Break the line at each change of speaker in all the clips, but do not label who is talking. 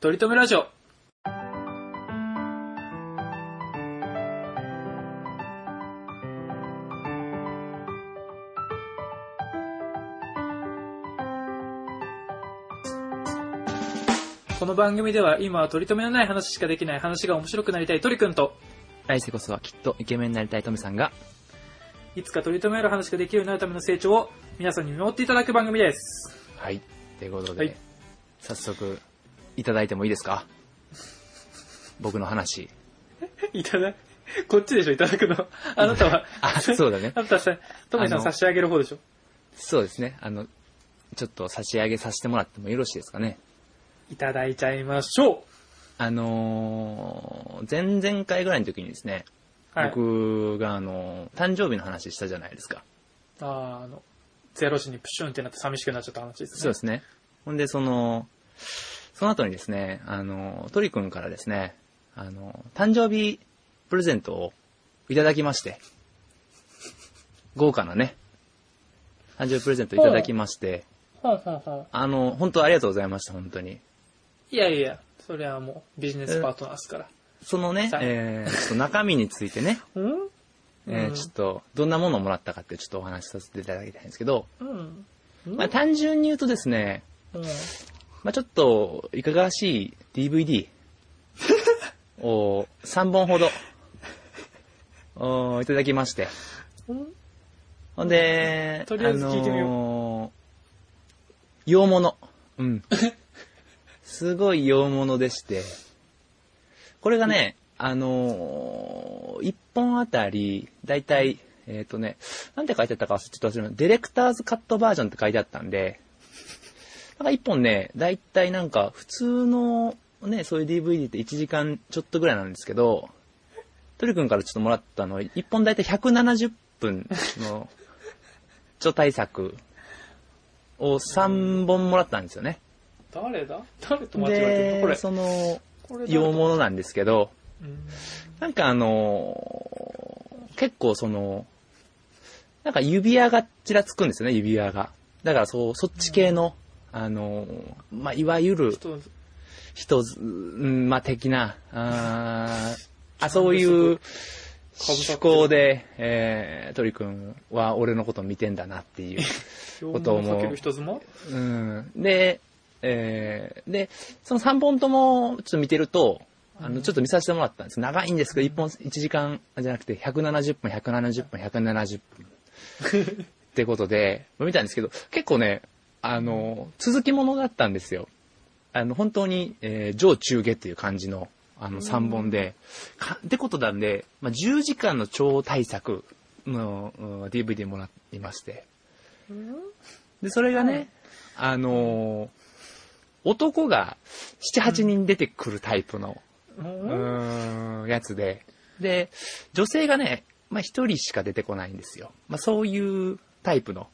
とりとめラジオ。この番組では今は取り留めのない話しかできない話が面白くなりたいトリくんと
来世こそはきっとイケメンになりたいトミさんが、
いつか取り留める話ができるようになるための成長を皆さんに見守っていただく番組です。
はい。ということで、
はい
早速、いただいてもいいですか僕の話。
いただ、こっちでしょ、いただくの。 あなたは、
あ、そうだね
あ。なたさ、トメさん
あの
差し上げる方でしょ。
そうですね。あの、ちょっと差し上げさせてもらってもよろしいですかね。
いただいちゃいましょ
あのー、前々回ぐらいの時にですね、
う。はい。
僕があの、誕生日の話したじゃないですか。
あーあの、ゼロ時にプシュンってなって寂しくなっちゃった話ですね。
そうですね。ほんで、その、その後にですね、あの、トリ君からですね、あの、誕生日プレゼントをいただきまして、豪華なね、誕生日プレゼントいただきまして、
ほんほんほん。
あの、本当ありがとうございました、本当に。
いやいや、それはもうビジネスパートナーですから。
そのね
さ、
えー、ちょっと中身についてね、
うん
え
う
ー
ん
ちょっと、どんなものをもらったかってちょっとお話しさせていただきたいんですけど、
うん。
まあ単純に言うとですね、
うん。
まあちょっと、いかがわしい DVD を3本ほど、おいただきまして。
うん
ほんで、
とりあえず聞いてみよう
のー洋物。 うん。すごい洋物でして。これがね、あのー、1本あたり、だいたい、えっ、とね、なんて書いてあったかちょっと忘れましたディレクターズカットバージョンって書いてあったんで、なんか1本ね、だいたいなんか普通のね、そういう DVD って1時間ちょっとぐらいなんですけど、トリ君からちょっともらったの、1本だいたい170分の超大作を3本もらったんですよね。
誰だ誰と間違えてるのこ
で、
れ。
その、
これ誰だ
洋物なんですけど、
うん
なんかあのー結構その、なんか指輪がちらつくんですよね、指輪が。だからそう、そっち系の、あのーまあ、いわゆる
ちょっと
人ず、うんまあ、的な、あーあ、そういう思考で、えー、鳥くんは俺のこと見てんだなっていう。ことを
両
も
物かける人妻
うん。で、えーで、その3本ともちょっと見てると、あの、ちょっと見させてもらったんです。長いんですけど、1本、1時間じゃなくて、170分、170分、170分。ってことで、見たんですけど、結構ね、あの、続きものだったんですよ。あの、本当に、えー上中下っていう感じの、あの、3本で、かってことなんで、まあ、10時間の超大作の、うん DVD もらいまして。で、それがね、あのー男が7、8人出てくるタイプの、う
うん
ーん、やつで、で、女性がね、まあ、一人しか出てこないんですよ。まあ、そういうタイプの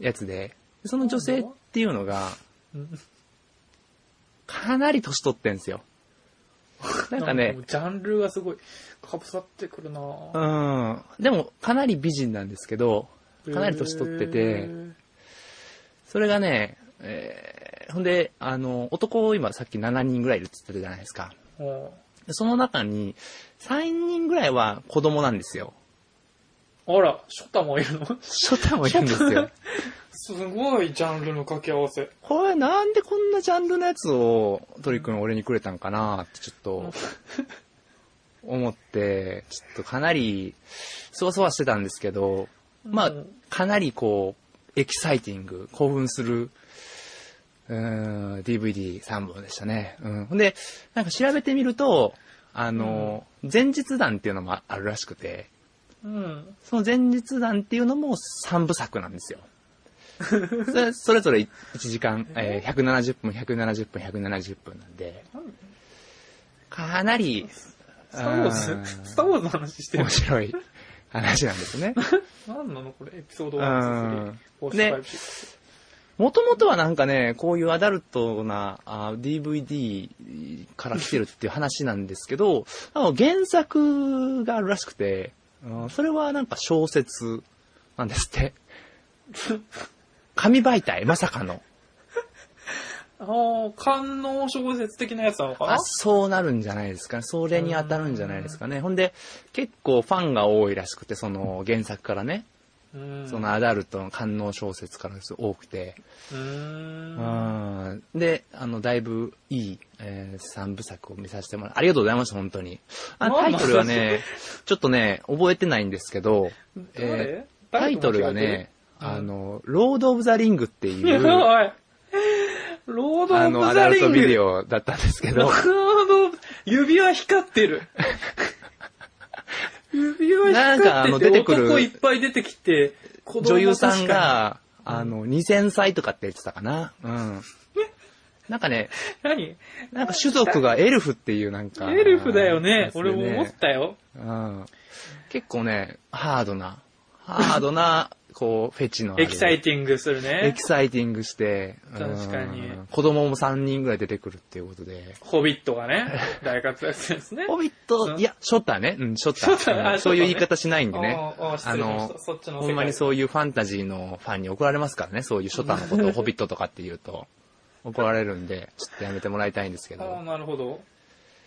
やつで、その女性っていうのが、かなり年取ってんですよ。なんかね
もう、ジャンルがすごい、かぶさってくるな
う
ぁ
ん、でもかなり美人なんですけど、かなり年取ってて、それがね、えーほんで、あの、男今さっき7人ぐらいいるって言ってたじゃないですか。
えーうん
でその中に、3人ぐらいは子供なんですよ。
あら、ショタもいるの
初対もいるんですよ。
すごいジャンルの掛け合わせ。
これなんでこんなジャンルのやつを鳥くん俺にくれたんかなってちょっと、思って、ちょっとかなり、そわそわしてたんですけど、まあ
うん、
かなりこう、エキサイティング、興奮する、うーん、DVD3 本でしたね。うん。ほんで、なんか調べてみると、あの、前日談っていうのもあるらしくて、
うん。
その前日談っていうのも3部作なんですよ。それそれぞれ1時間、えー170分、170分、170分なんで、かなり、
スターウォーズ
あー
スターウォーズの話してる
面。白い話なんですね。
何なのこれ、エピソード
う
1、
ん
2、3、
ね
4、5、6。
もともとはなんかね、こういうアダルトなあ DVD から来てるっていう話なんですけど、あの原作があるらしくて、うんそれはなんか小説なんですって。紙媒体、まさかの。
あー観音小説的なやつなのかな
あ、そうなるんじゃないですかね。それに当たるんじゃないですかね。ほんで、結構ファンが多いらしくて、その原作からね、
うん
そのアダルトの官能小説からすごい多くて、
うーん
うんで、あの、だいぶいい、えー三部作を見させてもらって、ありがとうございました、本当に。あ
まあ
タイトルはね、ちょっとね、覚えてないんですけど、えータイトルがね、
うん
あの、ロード・オブ・ザ・リングって
い や
いう、
おいロード・
あ
オ
の、
ブ・
ア
ザ・
ダル
リ
ト
ン
ビデ
グ。
オだったんですけ
ロ
ど、
ード・オブ指輪光って る。指輪
なんかあ
光
の
ってて
出てくる
男いっぱい出てきて、子供
女優さん
確か
が、あの、2000歳とかって言ってたかな。うん。なんかね、
に。
なんか種族がエルフっていうなんか。
何エルフだよね
や。つで
俺も思ったよ。
うん結構ね、ハードな、ハー ドな、こう、フェチのある。
エキサイティングする
エ
ね
キ。サイティングして、うん
確かに
子供も3人ぐらい出てくるっていうことで。
ホビットがね、大活躍するんですね。
ホビッ
う
ト、
ん
いや、ショッターね。うん、ショッター。
ショッターあ
うんそういう
ショッターね
言い方しないんでね。
おーおー失
あ
礼しました
の
そっちの世界
ほんまにそういうファンタジーのファンに怒られますからね。そういうショッターの ことをホビットとかって言うと怒られるんで、ちょっとやめてもらいたいんですけ
ああ、
ど。
なるほど。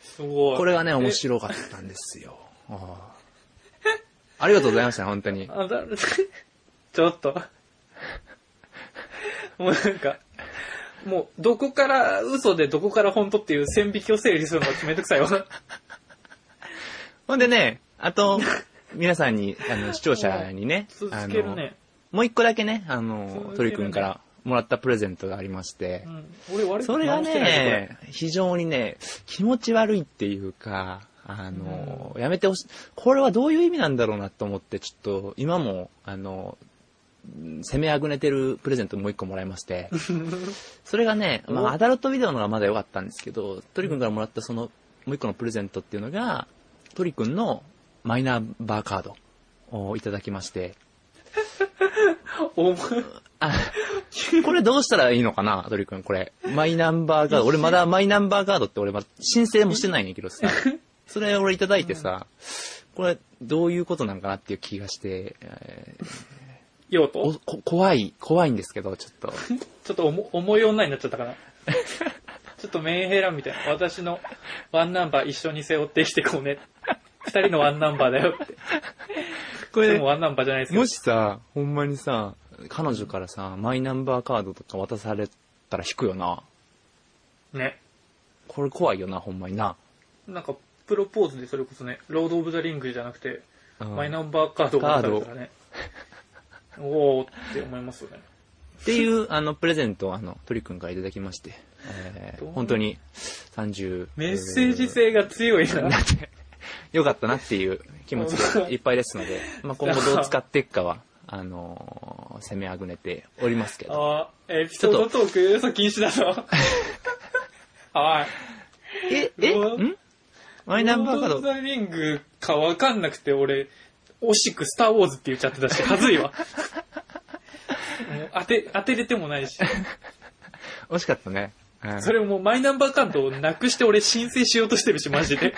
すごい。
これがね、面白かったんですよ。あーありがとうございました、本当に。
あ、だ、 ちょっと。 もうなんか、もうどこから嘘でどこから本当っていう線引きを整理するのがめんどくさいわ。
ほんでね、あと、 皆さんに、あの、視聴者にね、
続
あ
ける
の、
ね。
もう一個だけね、あ
続ける
の
ね、
鳥くんからもらったプレゼントがありまして
う、ん、俺悪い
それが
直してないぞこれ
ね、非常にね、気持ち悪いっていうか、あの、やめてほしい。これはどういう意味なんだろうなと思って、ちょっと、今も、あの、うん攻めあぐねてるプレゼントもう一個もらい まして、それがね、ま
お
あ、アダルトビデオのはまだ良かったんですけど、鳥くんからもらったその、もう一個のプレゼントっていうのが、鳥くんのマイナンバーカードをいただきまして、
お前
あ、 これどうしたらいいのかな、鳥くん、これ。マイナンバーカード。俺まだマイナンバーカードって俺まだ申請もしてないねんけ どさ。それ俺いただいてさ、これどういうことなんかなっていう気がして、えー
用
お
途
こ怖い、怖いんですけど、ちょっ と。
ちょっと重重い女になっちゃった かな。ちょっとメンヘラみたいな。私のワンナンバー一緒に背負って生きてこうね。二人のワンナンバーだよ って。
こ
でもワンナンバーじゃないですけど
もしさ、ほんまにさ、彼女からさ、マイナンバーカードとか渡されたら引くよな。
ね。
これ怖いよな、ほんまにな。
なんか、プロポーズでそれこそね、ロード・オブ・ザ・リングじゃなくて、
うん
マイナンバーカードを渡されたらね、おおーって思いますよね。
っていう、あの、プレゼントを、あの、鳥くんからいただきまして、え
どう
ー、本当に、30。
メッセージ性が強いな。
えーよかったなっていう気持ちがいっぱいですので、まあ、今後どう使っていくかは、あのー攻めあぐねておりますけど。
あーエピソードトーク、嘘禁止だ ぞ。はい。
え、え、
うわ
んマイナンバーカ
ロード・
ード
オブ・ザ・リングかわかんなくて、俺、惜しくスター・ウォーズって言っちゃってたし、はずいわ。もう当て、当てれてもないし。
惜しかったね。うん
それもうマイナンバーカードをなくして俺申請しようとしてるし、マジで。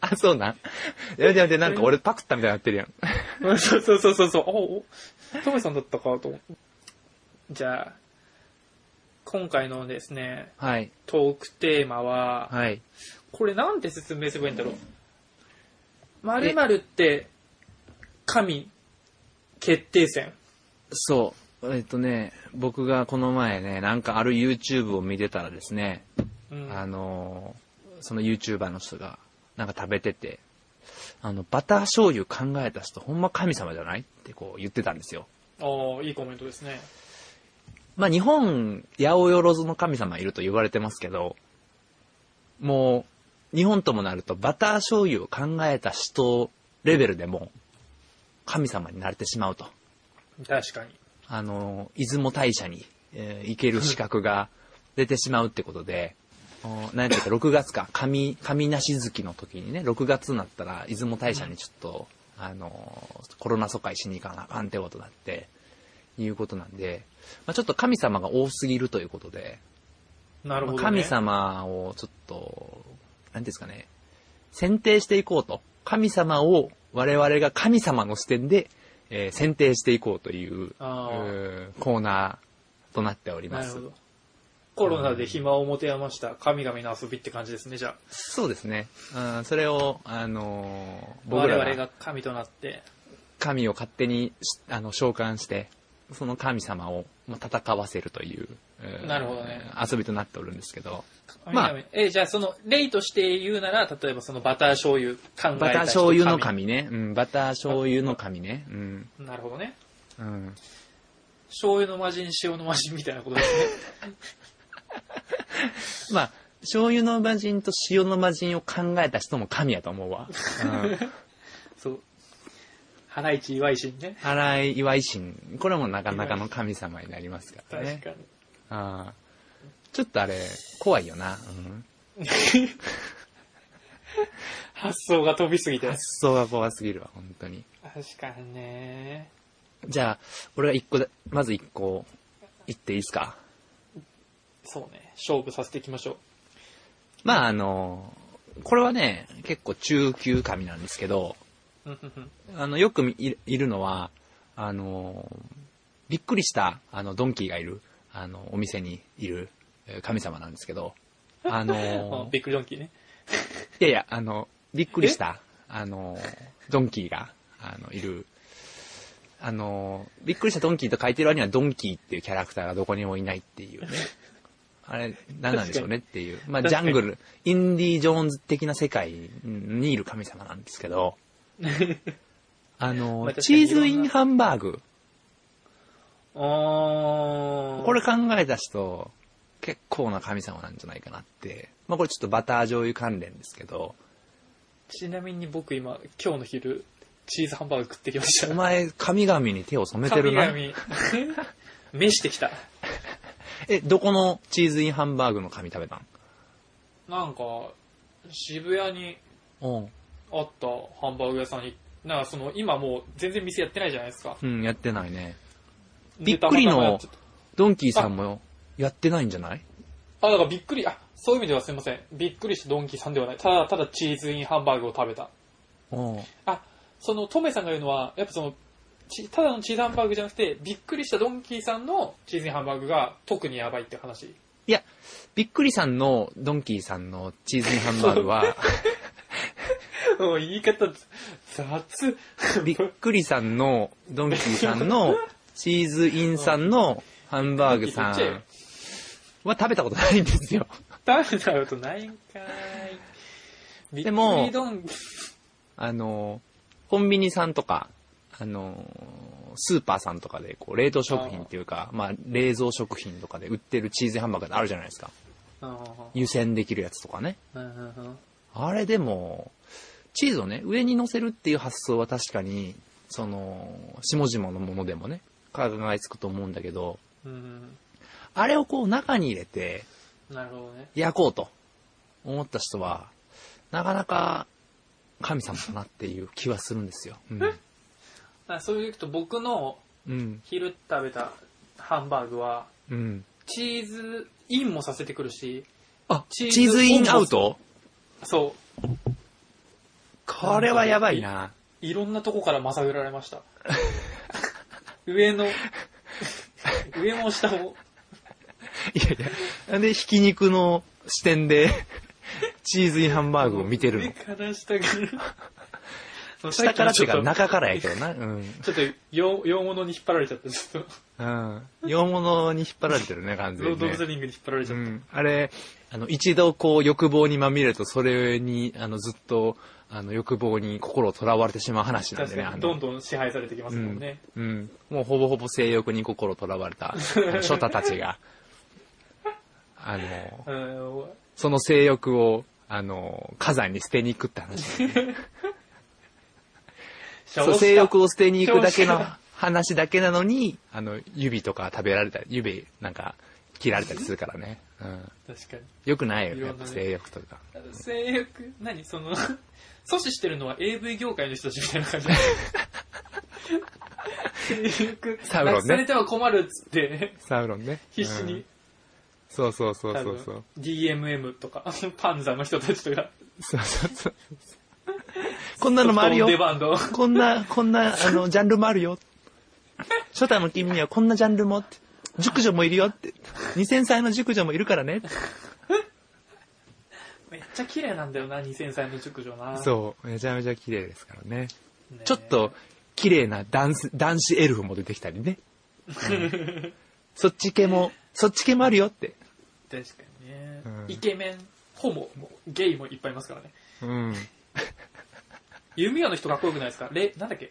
あ、そうなん。 やめてやめて、なんか俺パクったみたいになってるやん。
うんそうそうそうそうそう。あお、トメさんだったかと思って。じゃあ、今回のですね、
はい。
トークテーマは、
はい。
これなんて説明すればいいんだろう。〇〇って、神、決定戦。
そう。えっとね、僕がこの前ね、なんかある YouTube を見てたらですね、
うん。
あのーその YouTuber の人が、なんか食べてて、あの、バター醤油考えた人、ほんま神様じゃないってこう言ってたんですよ。
おーいいコメントですね。
まあ、日本、八百万の神様いると言われてますけど、もう、日本ともなると、バター醤油を考えた人レベルでも、神様になれてしまうと。
確かに。
あの、出雲大社に、えー行ける資格が出てしまうってことで、お何ていうか、6月か、神、神なし月の時にね、6月になったら、出雲大社にちょっと、あの、コロナ疎開しに行かなあかんってことだって、いうことなんで、まあ、ちょっと神様が多すぎるということで、
なるほど、
ま
ね。
あ神様をちょっと、何ですかね、選定していこうと。神様を我々が神様の視点で、えー選定していこうという
あー
うーコーナーとなっておりま
なる
す
ほ。ど。コロナで暇を持て余した神々の遊びって感じですね、じゃあ。
そうですね。うん、それを、あのー僕
我
ら
々
が
が神となって、
神を勝手にしあの召喚して、その神様をまあ戦わせるという、うん
なるほどね
遊びとなっておるんですけど、
神
ま
々
あ
え、じゃあその、例として言うなら、例えばそのバター醤油考えた人
バター醤油の。神ね。うん、バター醤油の神ね。うん。
なるほどね。
うん。
醤油の魔人、塩の魔人みたいなことです ね。
まあ、醤油の魔人と塩の魔人を考えた人も神やと思うわ。うん、
そう。花市岩井神ね。
荒井岩井神。これもなかなかの神様になりますから
確
ね。
かに。
ああちょっとあれ、怖いよな。うん。
発想が飛びすぎて。
発想が怖すぎるわ、本当に。
確かにね。
じゃあ、俺が一個だ、まず一個、言っていいですか。
そうね。勝負させていきましょう。
まあ、あの、これはね、結構中級神なんですけど、
うんうんうん
あの、よくみいいるのは、あの、びっくりした、あの、ドンキーがいる、あの、お店にいるえー神様なんですけど、あ
う
の
ん、ビッグドンキーね。
いやいや、あの、びっくりした、あの、ドンキーが、あの、いる、あの、びっくりしたドンキーと書いてる割にはドンキーっていうキャラクターがどこにもいないってい うね。あれ、何なんでしょうねっていう。まあ、ジ
確か
ャ
に
ングル、インディ・ジョーンズ的な世界にいる神様なんです けど、あの
まあ、確か
チ
に
ーズインハンバーグ。
あー。
これ考えた人、結構な神様なんじゃないかなって。まあ、これちょっとバター醤油関連です けど、
ちなみに僕今、今日の昼、チーズハンバーグ食ってきました。
お前、神々に手を染めてるな。
神 々。召してきた。
え、どこのチーズインハンバーグの紙食べたん
なんか、渋谷に
うん。
あったハンバーグ屋さんに、なんかその、今もう全然店やってないじゃないですか。
うん、やってないね。
で
びっくりの
たまたまやっちゃった
ドンキーさんもやってないんじゃない
あ、だからびっくり、あ、そういう意味ではすいません。びっくりしたドンキーさんではない。ただただチーズインハンバーグを食べた。
うん。
あ、その、トメさんが言うのは、やっぱその、ちただのチーズハンバーグじゃなくて、びっくりしたドンキーさんのチーズインハンバーグが特にやばいって話。
いや、びっくりさんのドンキーさんのチーズインハンバーグ は、
もう言い方、雑。
びっくりさんのドンキーさんのチーズインさんのハンバーグさんは食べたことないんですよ。
食べたことないんかい。びっく
でも
りドンキー。
あの、コンビニさんとか、あの、スーパーさんとかで、こう、冷凍食品っていうか、まあ、冷蔵食品とかで売ってるチーズインハンバーグってあるじゃないですか。
あ
湯煎できるやつとかね。
ーうんうんうん
あれでも、チーズをね、上に乗せるっていう発想は確かに、その、下々のものでもね、考えつくと思うんだけど、
うん
あれをこう中に入れて
うん。なるほどね。
焼こうと思った人は、なかなか神様だなっていう気はするんですよ。うん。
あそういうと僕の
うん。
昼食べたハンバーグは、
うん。
チーズインもさせてくるし、
あ、
チ
チ
ー
ー
ズ
ズインアウト
そ
これはやばいな。
う、いろんなとこからまさぐられました。上の、上も下も、
いやいや、なんでひき肉の視点で、チーズインハンバーグを見てる
上
の
から下から。
下からってい
さ
う
っきのちょ
か
っ
中からやけどな。 うん。
と。ちょっと、用用物に引っ張られちゃった。ちょっと、
うん。洋物に引っ張られてるね、完全
ロー
に、
ド・オブ・ザ・
ね。
リングに引っ張られち
う
ゃった。
ん。あれ、あの、一度こう欲望にまみれると、それに、あの、ずっと、あの、欲望に心をとらわれてしまう話なんで
確
ね、
か
あ
に、ど
の
ん、どん支配されてきます
う
もん
ん
ね。。
うん。もうほぼほぼ性欲に心をとらわれた、あのショタたちが、あの、
うん
その性欲を、あの、火山に捨てに行くって話。そう、性欲を捨てに行くだけ
少
の
子化
話だけなのに、あの、指とか食べられたり、指なんか切られたりするからね。うん。
確かに。
よくないよ
い
ね、
ろ
や
ん
っ
な
ぱ
ね
性欲とか。
性欲、何その、阻止してるのは AV 業界の人たちみたいな感じ。 性欲、
サウロンね
なくされては困るっつって、
サウロンね。
必死
う
に
ん。そうそうそう
多
そ
分
うそう。
DMM とか、 パンザの人たちとか、
そうそうそう。 こんなのもあるよ
ソフ。トオンデマンドを
こんな、こんな、あの、ジャンルもあるよ。初代の君にはこんなジャンルもって。熟女もいるよって。2000歳の熟女もいるからね。
めっちゃ綺麗なんだよな、2000歳の熟女な。
そう。めちゃめちゃ綺麗ですから
ね
ね。ちょっと、綺麗な男子男子エルフも出てきたりね。うんそっち系も、そっち系もあるよって。
確かにね、
うん
イケメン、ホモ、もゲイもいっぱいいますからね。
うん。
弓矢の人かっこよくないですかレ、なんだっけ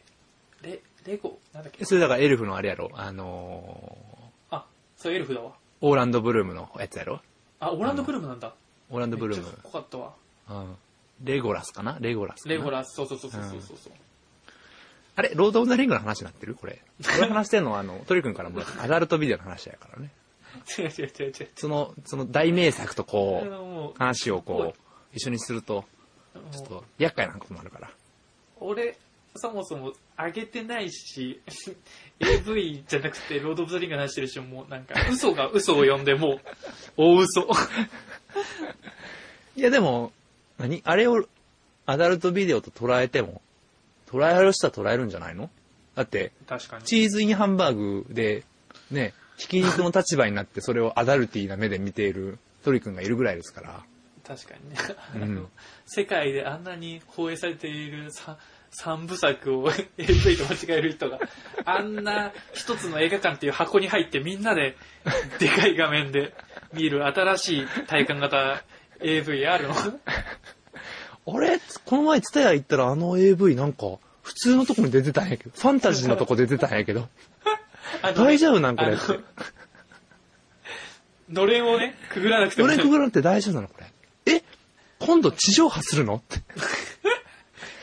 レ、レゴ、なんだっけ
それだからエルフのあれやろ。あの
あ、そうエルフだわ。
ー、オーランドブルームのやつやろ。
あ、オーランド・ブルームなんだ。
オーランドブルー
めっちゃ
ム
かっ。こよかったわ。
うん。レゴラスかなレゴラスかな。
レゴラス、そうそうそうそうそうそうそう。
あれロード・オブ・ザ・リングの話になってるこれ。俺話してんのは、あの、トリ君からもらったアダルトビデオの話やからね。
違う違う違う違う。
その、その大名作と
あ
こう、
のも
話をこう、一緒にすると、
う、
ちょっ
もう
と厄介なこともあるから。
俺、そもそも上げてないし、AV じゃなくてロード・オブ・ザ・リングの話してるし、もうなんか嘘が嘘を呼んでもう、大嘘。
いやでも、何あれをアダルトビデオと捉えても、捉えられる人は捉えるんじゃないのだって、
確かに。
チーズインハンバーグで、ね、ひき肉の立場になってそれをアダルティーな目で見ている鳥くんがいるぐらいですから。
確かにね、
うん
あの世界であんなに放映されているさ三部作を AV と間違える人があんな一つの映画館っていう箱に入ってみんなででかい画面で見る新しい体感型 AV あるの
あれこの前ツタヤ行ったらあの AV なんか、普通のとこに出てたんやけど、ファンタジーのとこ出てたんやけど、
あのね
大丈夫なんこれ
あ
って。
ののれんをねくぐらなくて
ど
も
れくぐらんって大丈夫なのこれ。え今度地上波するのって。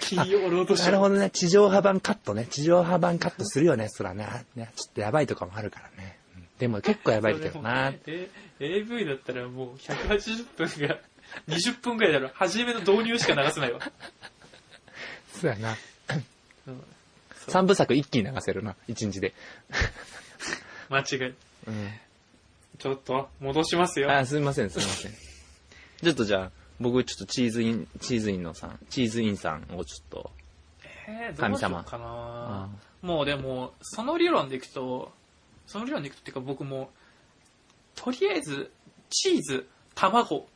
金曜ロードショー
なるほどね。地上波版カットね。地上波版カットするよね、そらね。あねちょっとやばいとかもあるからね。うんでも結構やばいけどな。
それもねえ AV だったらもう180分が20分ぐらいだろ初めの導入しか流せ ないわ、
そうやな。
うん
三部作一気に流せるな。一日で。
間違い
うん。
ちょっと、戻しますよ。
あ、すみません、すみません。 ちょっとじゃあ、僕ちょっとチーズイン、チーズインのさん、チーズインさんをちょっと。
えーどうしようかなもうでも、その理論でいくと、その理論でいくとっていうか僕も、とりあえず、チーズ、卵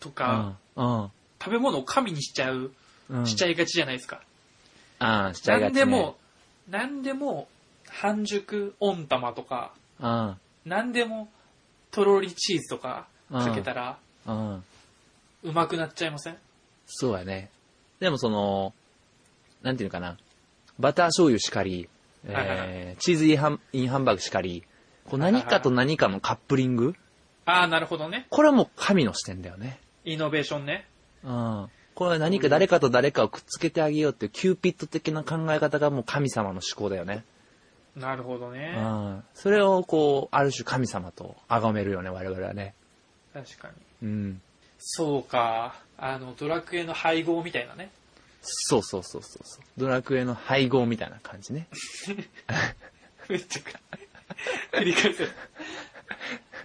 とか、
うん。
食べ物を神にしちゃう、
うん。
しち
ゃい。
ゃいがちじゃないですか。
ああ、しちゃ
ない
が
ん
ちね。
でも、なんでも、半熟温玉とか、
うん。
なんでも、とろりチーズとかかけたら、
うん。
うまくなっちゃいません
そうやね。でもその、なんていうのかな。バター醤油しかり、
はいはい
えー、チーズインハンインハンバーグしかり、こう
はいはい
何かと何かのカップリング
ああ、なるほどね。
これはもう神の視点だよね。
イノベーションね。
うん。これは何か誰かと誰かをくっつけてあげようっていうキューピッド的な考え方がもう神様の思考だよね。
なるほど
う
ね。
ん。それをこう、ある種神様と崇めるよね、我々はね。
確かに。
うん。
そうか。あの、ドラクエの配合みたいなね。
そうそうそうそうそう。ドラクエの配合みたいな感じね。
めっち ゃ、繰り返す。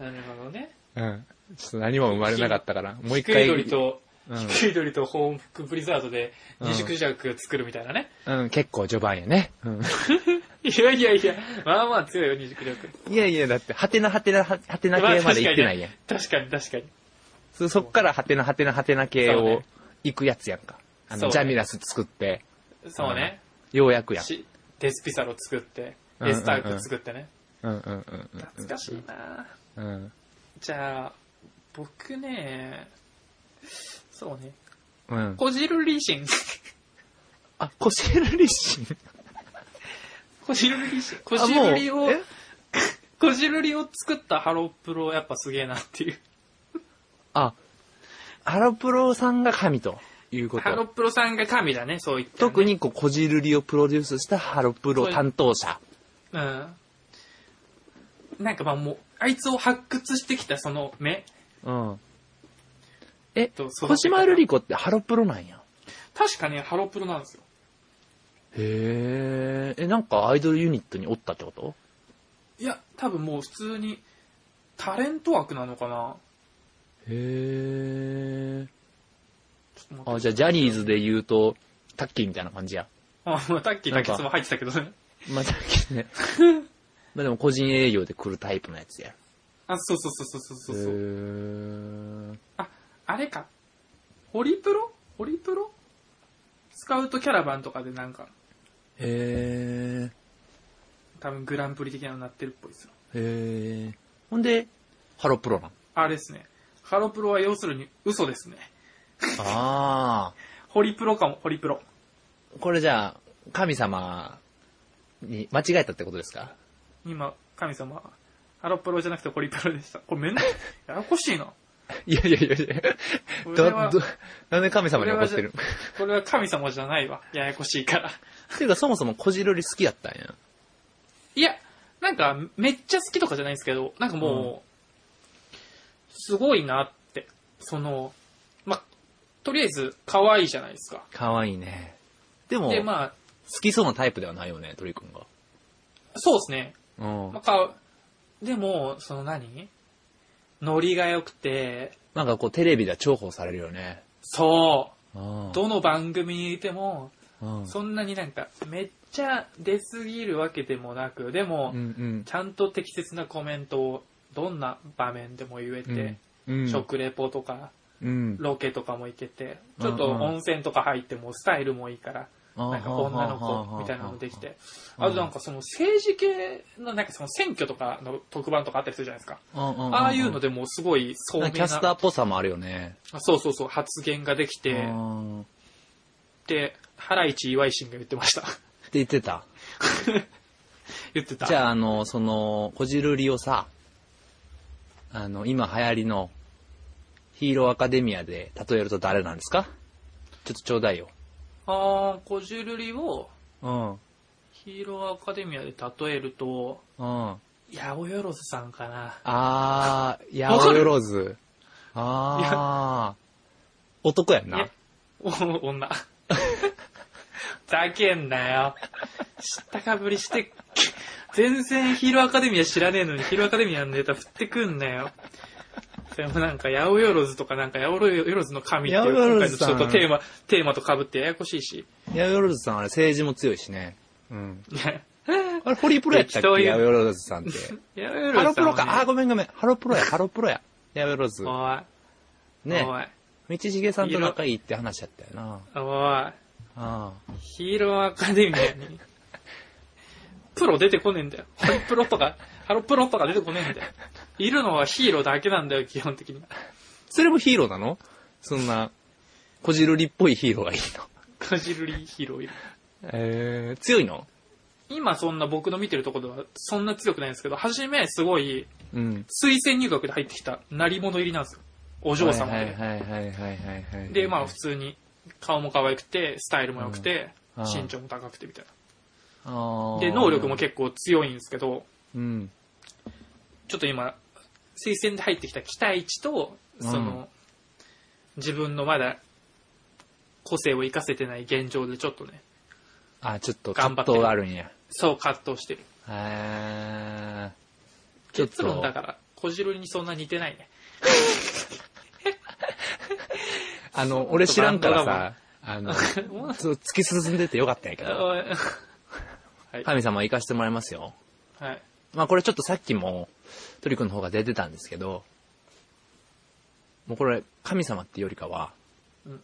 なるほどね。
うん。ちょっと何も生まれなかったから、もう一
低
回。
い鳥と、
うん
低い鳥とホームクブリザードで
うん
二軸弱作るみたいなね。
うん、結構序盤やね。
いやいやいや、まあまあ強いよ、二軸弱。
いやいや、だって、はてなはてな、はてな
まあ
系まで行 ってないやん。
確かに確かに。
そそっからはてなはてなはてな系
そう
を
ね
行くやつやんか。あの、
そうね
ジャミラス作って、
そうね。
ようやくやん。
しデスピサロ作って、
うんうん
デ
うん
スターク作ってね。
うんうんうん
懐かしいな
うん。うん。
じゃあ、僕ね、そうね。
うん。
こじるりしん。
あ、コシェルリシン。
こじるりし、こ
あ
じ
もう
るりを
え、
こじるりを作ったハロプロやっぱすげえなっていう。
あ、ハロプロさんが神というこ
ハロ
と。
プロさんが神だね、そういった、
特。に、こう、こじるりをプロデュースしたハロプロ担当者。
うん。なんかまあもう、あいつを発掘してきたその目
うん。え、
と、その
小島瑠璃子ってハロプロなんや。
確かね、ハロプロなんですよ。
へえ、え、なんかアイドルユニットにおったってこと
いや、多分もう普通に、タレント枠なのかな
へえ。
ちょっと待って
あ、じゃあジャニーズで言うと、タッキーみたいな感じや。
あ、まあ、タッキーだけいつも入ってたけどね。
まあ、タッキーね。まあでも個人営業で来るタイプのやつや。
あ、そうそうそうそうそうそう。
う
あ、あれか。ホリプロホリプロスカウトキャラバンとかでなんか、
へ
多分グランプリ的なのになってるっぽいですよ。
え。へえ。ほんで、ハロプロなん。
あれですね。ハロプロは要するに嘘ですね。
ああ。
ホリプロかも、ホリプロ。
これじゃあ、神様に間違えたってことですか
今、神様は、ハロプロじゃなくてホリプロでした。これめんどいややこしいな。
いやいやいやいや。
これ
だ
は
ど、なんで神様に怒ってる
ここれは神様じゃないわ。ややこしいから。
っていうかそもそもこじるり好きやったんや。
いや、なんか、めっちゃ好きとかじゃないんですけど、なんかもう、すごいなって。その、ま、とりあえず、可愛いじゃないですか。
かわいいね。でも、
で、まあ、
好きそうなタイプではないよね、鳥くんが。
そうですね。
うん
まあ、か、でも、その何ノリが良くて、
なんかこうテレビでは重宝されるよね。
そうう、
ん
どの番組にいても、
うん
そんなになんか、めっちゃ出すぎるわけでもなく、でも、
うん
ちゃんと適切なコメントを、どんな場面でも言え
うん。
て、
うん、
食レポとか、
うん。
ロケとかも行けて、ちょっ
う
と
んうん
温泉とか入ってもスタイルもいいから、
な
なんか女の子みたいなのもでき。て、
うん
あとなんかその政治系のなんかその選挙とかの特番とかあったりするじゃないですか。あ
あ
あいうの
で、
でもうすごい聡明
なん
な
かキャスターっぽさもあるよね。
あそうそうそう、発言ができ
う
て、
んっ
で、ハライチ岩井新が言ってました。
て言ってた。
言ってた。
じゃあ、あの、その、こじるりをさ、あの、今流行りのヒーローアカデミアで例えると誰なんですかちょっとちょうだいよ。
あー、こじるりを
うん。うん。
ヒーローアカデミアで例えると、
あ
八百万さんかな。
ー、
わ
ヤ
か
オ
る
ヨローズ。あー、男やん
い
な
や。お女。ざけんなよ。知ったかぶりして、全然ヒーローアカデミア知らねえのにヒーローアカデミアのネタ振ってくんなよ。それもなんか、ヤオヨロズとかなんか、ヤオヨロズの神ってい
ヤオ
う
ヨ
今回
ロ
の
ズ
ち
さん
ょっとテーマ、テーマと被ってややこしいし。
ヤオヨローズさんあれ政治も強いしね。うん。
いや
あれ、ホリプロやったっ
適当
け
言う
ヤオヨローズさんって。
ヤオヨ
ハ
ロ
ロ
ズさ
プ
ん
ロ
は
か。 あー、
ね、
ごめんごめん。ハロプロや、ハロプロや。ヤオヨロー ズ。
おい、
ね。
お
道重さんと仲いいって話やったよな。
い、お
ああ。
い、ヒーローアカデミアに、プロ出てこねえんだよ。ホリプロとか、ハロプロとか出てこねえんだよ。いるのはヒーローだけなんだよ、基本的に。
それもヒーローなのそんな、こじるりっぽいヒーローがいいの。
かじるりヒーローいる。
えー、強いの
今そんな僕の見てるところではそんな強くないんですけど、初めすごい
うん。
推薦入学で入ってきた成り物入りなんですよ。お
お
嬢様で。
はいはいはいはいはいはいはい。
で、まあ普通に顔も可愛くて、スタイルも良くて、
うんあー
身長も高くてみたい
あ
な。
ー
で、能力も結構強いんですけど、
うん。
ちょっと今、推薦で入ってきた期待値と、その、
うん
自分のまだ個性を生かせてない現状でちょっとね、
あ、ちょっと
頑張
葛
って
藤があるんや。
そう葛藤してる。
えー、ちょっ
結論
と
だ、から、小じるりにそんな似てない ね。
あの、俺知らんからさ、あの、
もう
そう突き進んでてよかったんやけ ど、
はい。
神様行かしてもらいますよ。
はい。
まあこれちょっとさっきも、トリ君の方が出てたんですけど、もうこれ、神様っていうよりかは
うん、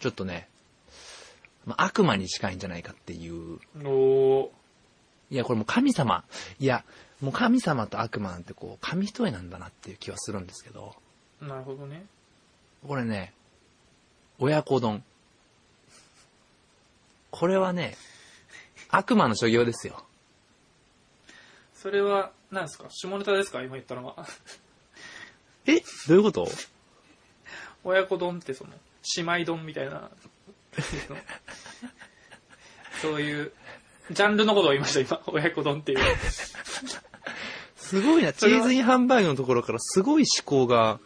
ちょっとね、まあ、悪魔に近いんじゃないかっていう。
お
いや、これもう神様。いや、もう神様と悪魔なんてこう、紙一重なんだなっていう気はするんですけど、
ー、なるほどね。
これね、親子丼。これはね、悪魔の所業ですよ。
それは、何ですか下ネタですか今言ったのは。
えどういうこと
親子丼ってその、姉妹丼みたい な、そういう、ジャンルのことを言いました、今。親子丼っていう。
すごいな、チ
それは
ーズインハンバーグのところからすごい思考が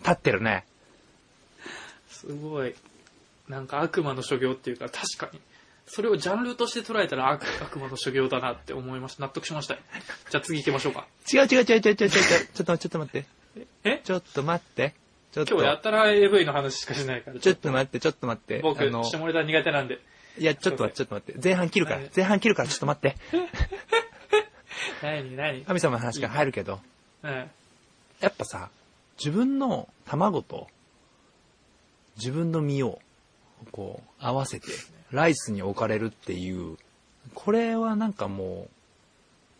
立ってるね。
すごい。なんか悪魔の所業っていうか、確かに。それをジャンルとして捉えたら悪悪魔の所業だなって思いました。納得しました。じゃあ次行きましょうか。
違う違う違う違う違う違う。ちょっとちょっと待って。
え
ちょっと待って。ちょっと
今日やったら AV の話しかしないから。
ちょっと待って、ちょっと待って。
僕、
あの、
下ネタ苦手なんで。
いや、ちょっと待って、ちょっと待って。前半切るから
はい、
前半切るから、ちょっと待って。
何何
神様の話から入るけど、
うん。
やっぱさ、自分の卵と、自分の身を、こう、合わせて、ライスに置かれるっていう、これはなんかもう、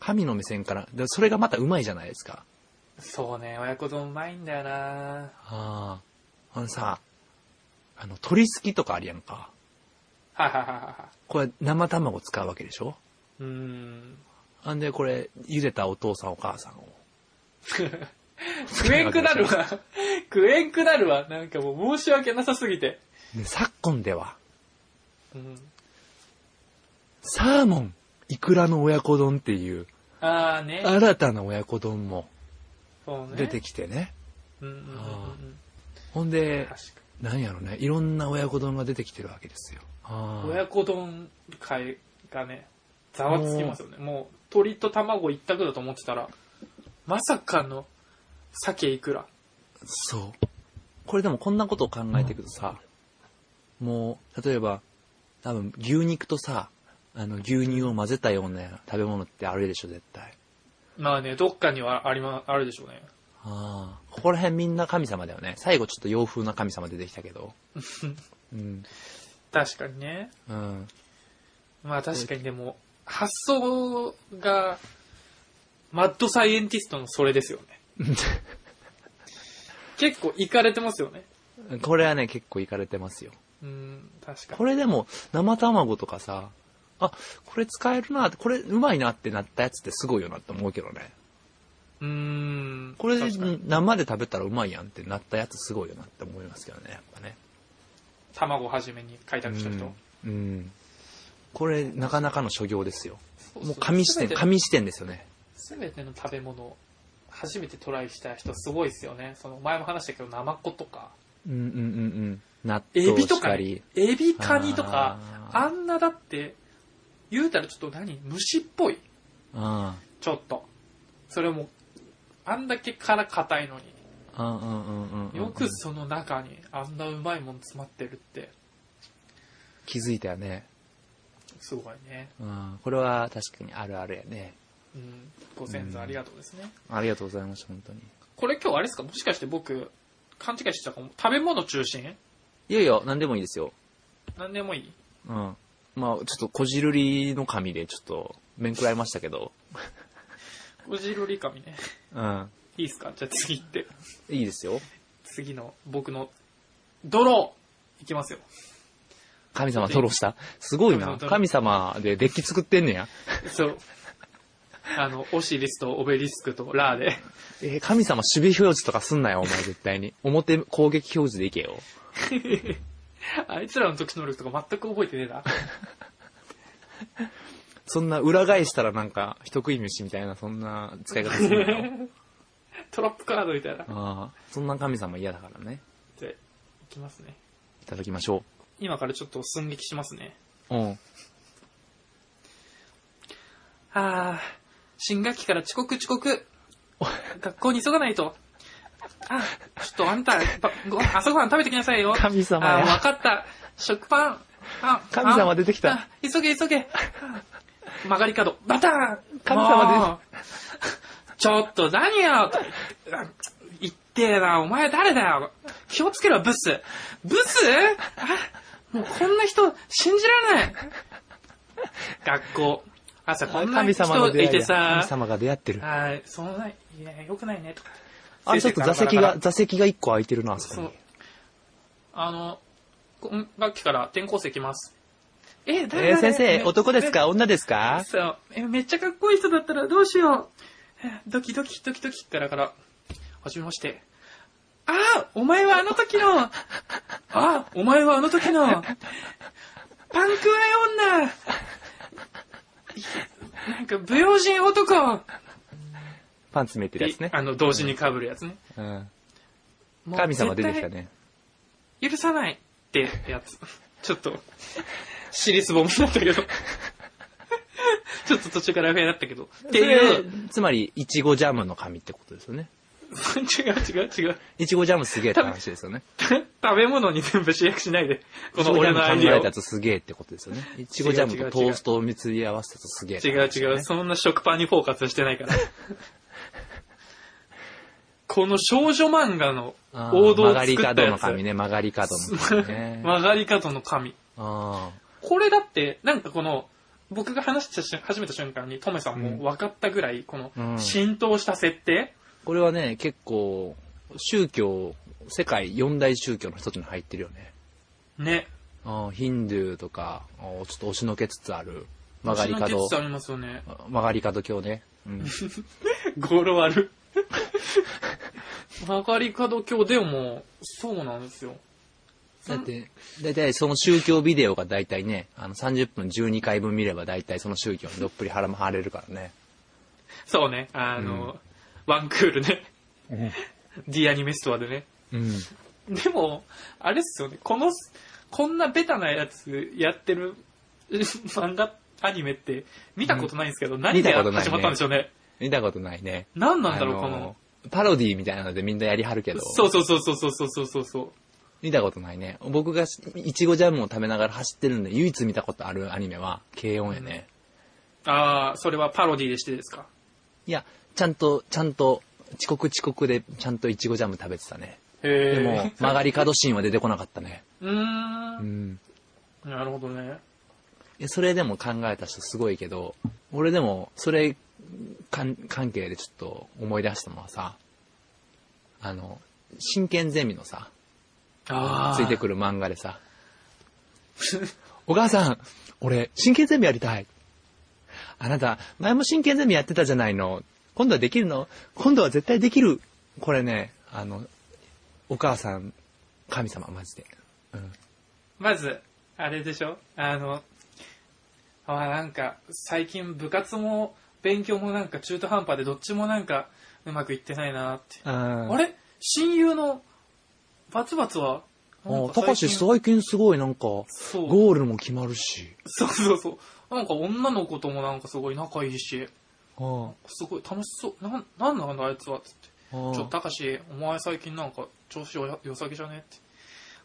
神の目線から、でそれがまたうまいじゃないですか。
そうね、親子丼うまいんだよな
ああ。あのさ、あの、鳥すきとかあるやんか。
ははははは。
これ、生卵使うわけでしょ
うーん。
あんで、これ、茹でたお父さんお母さんを。
食えんくなるわ。 食えんくなるわ。なんかもう申し訳なさすぎて。
で昨今では、
うん。
サーモン、イクラの親子丼っていう、
ああね。
新たな親子丼も
そうね。
出てきてね。
うんうんうん
あ
うん。
ほんで
確、か
なんやろね、いろんな親子丼が出てきてるわけですよ。あ
に。
ー
親子丼会がね、ざわつきますよね。もう、鶏と卵一択だと思ってたら、まさかの、鮭いくら。
そう。これでもこんなことを考えていくとさ、もう、例えば、多分牛肉とさ、あの牛乳を混ぜたような食べ物ってあるでしょ、絶対。
まあね、どっかにはありま、あるでしょうね。
ああ、ここら辺みんな神様だよね。最後ちょっと洋風な神様出てきたけ ど。うん。
確かにね。
うん。
まあ確かにでも、発想が、マッドサイエンティストのそれですよね。 結構いかれてますよね。
これはね、結構いかれてますよ。
うん、確か
これでも、生卵とかさ、あ、これ使えるなって、これうまいなってなったやつってすごいよなって思うけどね。
に。うん。
これ
確かに
生で食べたらうまいやんってなったやつすごいよなって思いますけどね、やっぱね。
卵をはじめに開拓した人。
うん。うんこれ、なかなかの所業ですよ。
そう
も
そう
紙視点、
す
紙視点ですよね。
べてすべての食べ物を初めてトライした人すごいですよね。その前も話したけど、ナマコとか、
うんうんうんうん。納
エ
豆
ビと
し
か
か
ね
り。、
エビカニとか、
あー
あんなだって、言うたらちょっと何虫っぽい
あ
ちょっと。それも、あんだけ殻硬いのに、
あ、うんうんうんうん。
よくその中にあんなうまいもん詰まってるって、
気づいたよね。
すごいね。
うん。これは確かにあるあるやね。
うん。ご先祖ありがとうですね。
ありがとうございました、本当に。
これ今日あれですかもしかして僕、勘違いしてたかも。食べ物中心
いやいや、何でもいいですよ。
何でもいい
うん。まあ、ちょっと、こじるりの髪で、ちょっと、面食らいましたけど。
おじろり神ね。
うん。
いいですかじゃあ次行って。
いいですよ。
次の僕の、ドローいきますよ。
神様トロした。すごいな。
神
神様でデッキ作ってんねや。
そう。あの、オシリスとオベリスクとラーで。
えー神様守備表示とかすんなよ、お前絶対に。表攻撃表示でいけよ。
あいつらの特殊能力とか全く覚えてねえな。
そんな裏返したらなんか、人食い虫みたいな、そんな使い方すんな よ。
トラップカードみたいな。
ああ、そんな神様嫌だからね。
じゃあ、いきますね。
いただきましょ
今からちょっと寸劇しますね。
う。うん。
ああ、新学期から遅刻遅刻。学校に急がないと。あ、ちょっとあんた、ばご朝ごはん食べてきなさいよ。
神様
あ
や
ー、わかった。食パン。あ
神様出てきた。
ああ急げ急げ。曲がり角。バターン
神様出てきた
もうちょっと何よ。言ってえな、お前誰だよ。気をつけろ、ブス。ブスあもうこんな人、信じられない。学校。朝こんな
神様
人
の出
い
会い
て
だ神
さ。
様が出会ってる。
はい、そのない、いや、よくないね、とか。
あれちょっと座席が、座席が一個空いてるな、あそこ
そう
に。。
あの、今学期から転校生来ます。え、誰
えー先生、
誰
男ですか女ですか
そう。え、めっちゃかっこいい人だったらどうしよう。えドキドキドキドキからから、はじめまして。ああお前はあの時のああお前はあの時のパンクアイ女いなんか、不用心男っ
パン詰めてるやつね。
あの、同時に被るやつね。
うん。
もう
神様出てきたね。
許さないってやつ。ちょっと、尻すぼみだったけど。 ちょっと途中から不やだったけど。って
それ
いう、
つまり、いちごジャムの神ってことですよね。
違う違う違う。
いちごジャムすげえって話ですよね。
食べ物に全部主役しない で、こ
いち
の
ごジ
俺
ャム
のアイ
考
ディア
え
を
たや。つすげえってことですよね。いちごジャムとトーストを密に合わせたやつすげえって
違う
話ですよ
違
ね、
う、そんな食パンにフォーカスしてないから。 この少女漫画の
あー
王道を作
曲が
っ
り
た
角の
やつ。
神ね、曲がり角の神 ね。
曲がり角の神。
あ
これだって、なんかこの、僕が話したし始めた瞬間にトメさんも分かったぐらい、こ
う
の、
ん
浸透した設定、
ーこれはね、結構、宗教、世界四大宗教の一つに入ってるよね。
ね。
あーヒンドゥーとか、あーちょっと押しのけつつある、曲がり
私の
角
つ、つありますよね。
曲がり角教ね。うん、
語呂悪る。 曲がり角教でも、そうなんですよ。
だって、だいたいその宗教ビデオがだいたいね、あの30分12回分見ればだいたいその宗教にどっぷりはらまはれるからね。
そうね、あの、ワンクールね。D アニメストアでね。
うん。
でも、あれっすよね、この、こんなベタなやつやってる 漫画、アニメって見たことないんですけど、何で
見たことない
始
ね
まったんでしょうね。
見たことないね。
何なんだろう、
あ
この。
パロディみたいなのでみんなやりはるけど。
そうそうそうそうそうそうそうそう。
見たことないね。僕がしいちごジャムを食べながら走ってるんで、唯一見たことあるアニメは、軽音やね。
ああ、それはパロディでしてですか。
いや、ちゃんと、ちゃんと、遅刻遅刻で、ちゃんといちごジャム食べてたね。
へえ。
でも、曲がり角シーンは出てこなかったね。
うー。
うんん。
なるほどね。
いやそれでも考えた人すごいけど、俺でも、それ、かん関係でちょっと思い出したのはさ、あの、真剣ゼミのさ、
ああ。
ついてくる漫画でさ、お母さん、俺、真剣ゼミやりたい。あなた、前も真剣ゼミやってたじゃないの。今度はできるの今度は絶対できる。これね、あの、お母さん、神様、マジで。
まず、あれでしょあの、あーなんか、最近部活も勉強もなんか中途半端でどっちもなんかうまくいってないなーって。あ
あれ
れ親友のバツバツはなんか
高
最近
橋最近すごいなんか、ゴ
そう
ールも決まるし。
そうそうそう。なんか女の子ともなんかすごい仲いいし、
うん
すごい楽しそう。なん、なんなんだあいつはつって。
うん
ちょ、高し、お前最近なんか調子よ良さげじゃねって。